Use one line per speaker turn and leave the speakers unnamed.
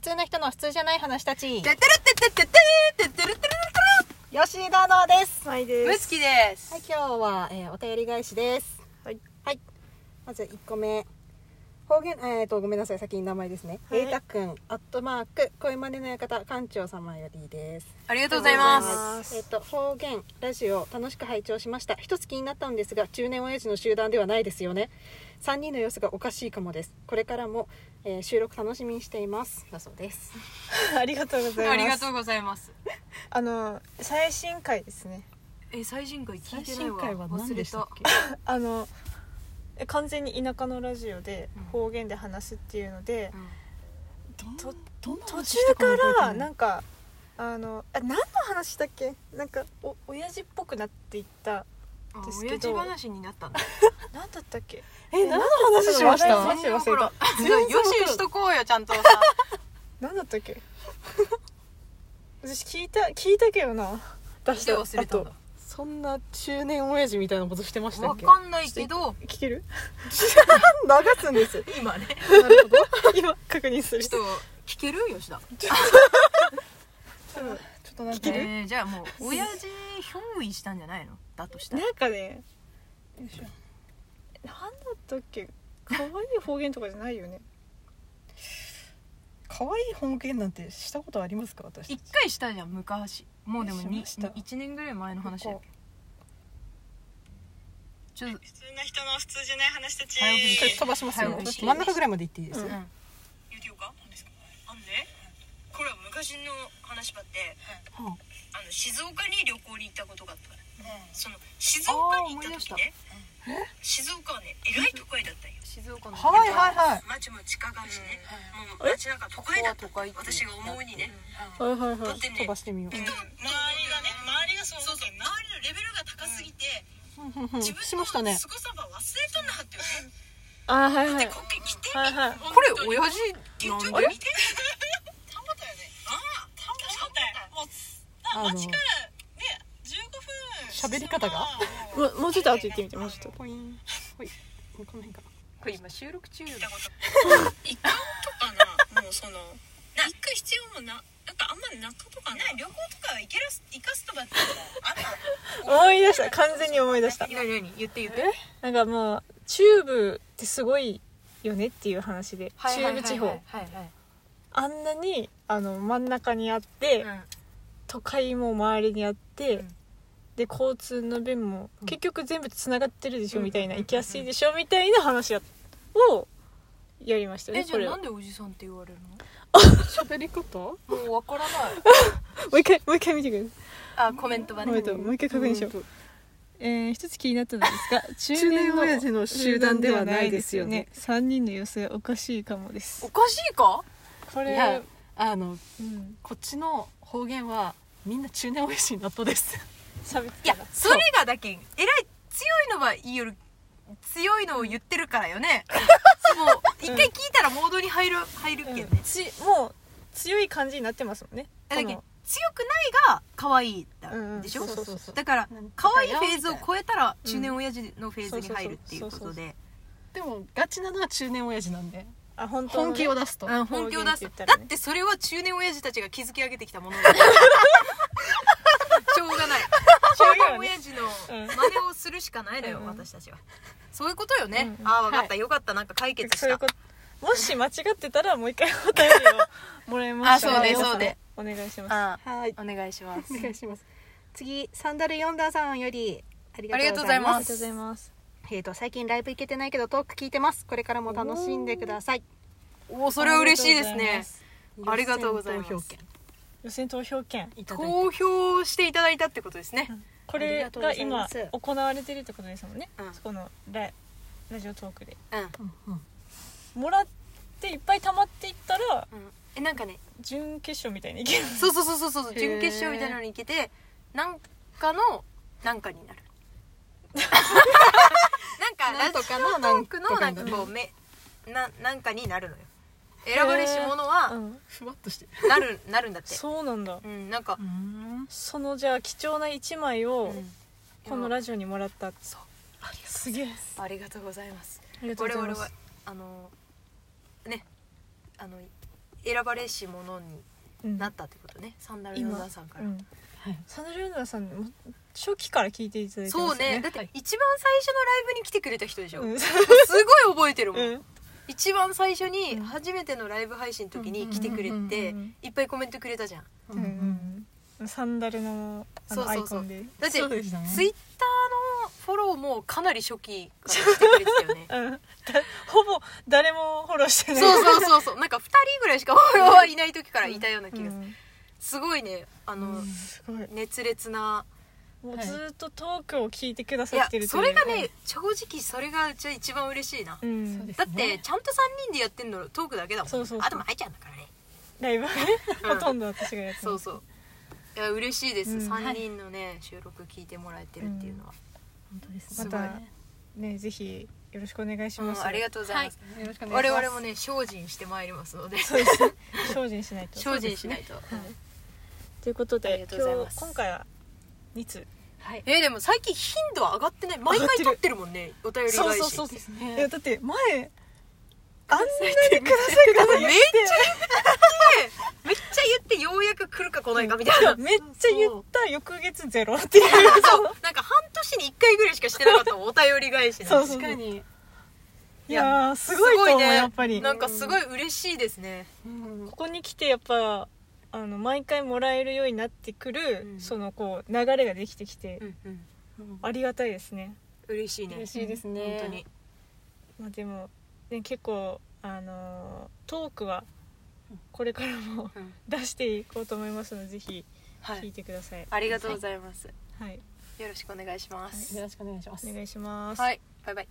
通な人の普通じゃない話たち
てってるってってってってってるってるってる
吉田のです
はい
て
で
るむ
す。
つきです
はい今日は、えーお便り返しです
はい。
はいまず1個目方言えー、とごめんなさい先に名前ですね
はい
瑛太くんアットマーク声真似の館館長様よりです
ありがとうございます
えっと方言ラジオ楽しく拝聴しました一つ気になったのですが中年親父の集団ではないですよね3人の様子がおかしいかもですこれからも、えー収録楽しみにしていますだそうです
ありがとうございます。
ありがとうございます
あの最新回ですね。
え最新回聞い
最
てない
新
わ
回は何
忘
で
れ
したったけ
あのえ完全に田舎のラジオで
うん
方言で話すっていうので、
どんどんな
途
話
中
した
か
覚えて
ら
い
なんかあのあ何の話したっけ？なんかお親父っぽくなっていった
あ
ですけ
親
ど
父話になったんだ
何だったっけ？
え何の話しまし
あ
た
忘れた忘れた
全然予習しとこうよちゃんとさ
何だったっけ？私聞いた聞いたけどな。出し
して
た。
忘れたんだ
そんな中年親父みたいなことしてました
わ
っけ
かんないけど
あと聞ける？
流すんです
今ね
なるほど。今確認する。
ちょっと聞ける吉田
ちょっとなんか
聞ける、えーじゃあもう親父憑依したんじゃないのだとしたら
なんかねよいしょなんだったっけ可愛い方言とかじゃないよね
可愛い方言なんてしたことありますか私
一回したじゃん昔もうでも
し
に
ました
1年ぐらい前の話だっけちょっと
普通な人の普通じゃない話たち。
早送り
ちょっと飛ばしますよ、
はい美味しい
真ん中ぐらいまで行っていいです、
う
うん
言うてようか。何ですか。あのね、これは昔の話ばって、
は
あの静岡に旅行に行ったことがあったから。その静岡に行った時ね。静岡はね、えらい都会だったんよ。
静岡の
あはいはいはい
町も地下街しね、もう街なんか都会だった。私が思うにね。
はいはい
だ
は
ってね、
飛ばしてみよう
人、周りがね、周りがそう、そうそう、周りのレベルが高すぎて、自分
しました
の
ね
すごさば忘れとんなはってよね。
あはいはい
で、こっけ来て。
はいはい
これ親父なんで
あれ田んぼだよねああ田んぼだよもう
あの
街からね
喋
15分
り方が
そう
ももうちょっと後行ってみてもうちょっと
ポインほいこの辺かな
これ今収録中
聞いたこと一貫とかなもうそのな行く必要もななんかあんまなかとかな旅行とかは行けらす行かすとかってあんま
思い出した完全に思い出した
何何言って言って
なんかまあチューブってすごいよねっていう話で、
はいはいはいはい
中部地
は
方
いはい
あんなにあの真ん中にあって、
うん
都会も周りにあって、
うん
で交通の便も
うん
結局全部つながってるでしょ、みたいな
うん
行きやすいでしょ、みたいな話やをやりました
え
ね
じゃ
こ
あ
れ
な
は
んでおじさんって言われる
喋り方
のもうわからない
もう一回もう一回見てください
あコメントが
ごめ
ね
んなさいもう一回確認しよう、えー、一つ気になったのですが 中
中
年
年
の
親父の集団ではないですよね
3人の様子がおかしいかもで
お
す
かしいか
こ
いやあの
うん
こっちの方言はみんな中年親父になったです
喋っ
い
て
や
たら
それがだけんえらい強いのはいいよる強いのを言ってるからよ ねもう一回聞いたらモードに入る入るけんね
うん、ちもう強い感じになってますもんね
えだけん
こ
強
の
くないが可愛いだ、
うんうん
でしょ
そうそうそう
そう
だから
なんか
可愛い
よ
フェーズを超えたら
うん
中年親父のフェーズに入るっていうことで
でもガチなのは中年親父なんで
あ本当のね
本気を出すと
うん本気を出す
方言って言った
だ
らね
ってそれは中年親父たちが築き上げてきたものだからしょうがない中年親父の
うん
真似をするしかないのよ、
うん
私たちはそういうことよね、
うんうん
ああ分かった、よかったなんか解決
そ
し
うい
た
うこともし間違ってたらもう一回お便りをもらいましたら
あそうね
皆さん
そうね
お願いします
あ
はい
あお願いします
お願いします次サンダルヨンダーさんよりあり
あり
が
が
とうござ
とうござ
い
い
ま
ますす
ありがとうございます
えーと最近ライブ行けてないけどトーク聞いてますこれからも楽しんでください
おそれは嬉しいですねありがとうございます
予選投票権
予選投票券
いただいて
投票していただいたってことですね、
こ
あり
れ
がとうござ
が
いま
今
す
行われてるってことですもんね、
うん
そこのララジオトークで
うん
うんうん
もらっていっぱい溜まっていったら
うんえなんかね
準決勝みたいにいける
そうそうそうそうそう
へー
準決勝みたいなのに行けてなんかのなんか になるなんか
な
ラ
ん
ジ
と
オ
かの
トークの
な
なんん
とか
か
になる
こうめななんかになるのよ選ばれし者
う
は
ん、
ふわっとして
なるなるんだって
そうなんだ
うんなんか
うん
そのじゃあ貴重な1枚を
うん
このラジオにもらった、
そう
すげえ
ありがとうございます
ありがとう
我
ござい
々
ま
は
す
あのねあの選ばれし者に
うん
なったってことねサンダルヨダさんか
う
ら、
んサンダルヨナさんも初期から聞いていただいてま
そう
すよ
ね
ね
だって一番最初のライブに来てくれた人でしょ、
うん
すごい覚えてるもん、
うん
一番最初に
うん
初めてのライブ配信の時に
うん
来てくれ
うん
て
うんうん
いっぱいコメントくれたじゃん
う
うんうんうんサンダルのあ
そう
の
そう
ア
そう
イコンで
だって
そうでしたね
ツイッターのフォローもかなり初期からしてくれてた よね
うんだほぼ誰もフォローして
そう
ない
そうそうそうなんか2人ぐらいしかフォロワーいない時からいたような気がする、
うん
すごいねあの、
すごい
熱烈な
もう
はい
ずっとトークを聞いてくだ
い
さ
や
ってると
そ
いう
れがね正直それがうちは一番嬉しいな、
うん
そうです
だってちゃんと3人でやってんのトークだけだもん
そうそうそう
あとも愛ちゃんだからね
ライブはね
うん
ほとんど私がやってます
そうそういや嬉しいです、
うん
三3人のね収録聞いてもらえてるっていうのは、
本当です
ま
ね
た
ねぜひよろしくお願いし
うん
ます、
ありがとうござ
はいい
ます、
よろしくお願い
我
します
々もね精進してまいりますので
そうですね精進しないと
精進しないと、
はいということ
ありが
で
とうござい
今
ま
日
す
今回は2通
はい
えーでも最近頻度は上がってない毎回撮ってるもんねお便り返し
そうそうそう
です
いや
ね
だって前あんなにくださいください
めっちゃ言ってめっちゃ言ってようやく来るか来ないかみたいな
めっちゃ言った翌月ゼロっていう
そうなんか半年に1回ぐらいしかしてなかったもんお便り返しね
そうそう
確かに
いやーすごいと思う、やっぱり
な
こ
んかすごい嬉しいですね
うん
こに来てやっぱあの毎回もらえるようになってくる、
うん
そのこう流れができてきて、
うんうん
うん
ありがたいですね
嬉しいね
嬉しいですね
本当に
まあでも、ね、結構あのートークはこれからも
うん
出していこうと思いますのでぜひ
は
聞い
い
てください
ありがとうございます
はい、
よろしくお願いしま
よ
す
ろしくお願いします
お願いします、
はいバイバイ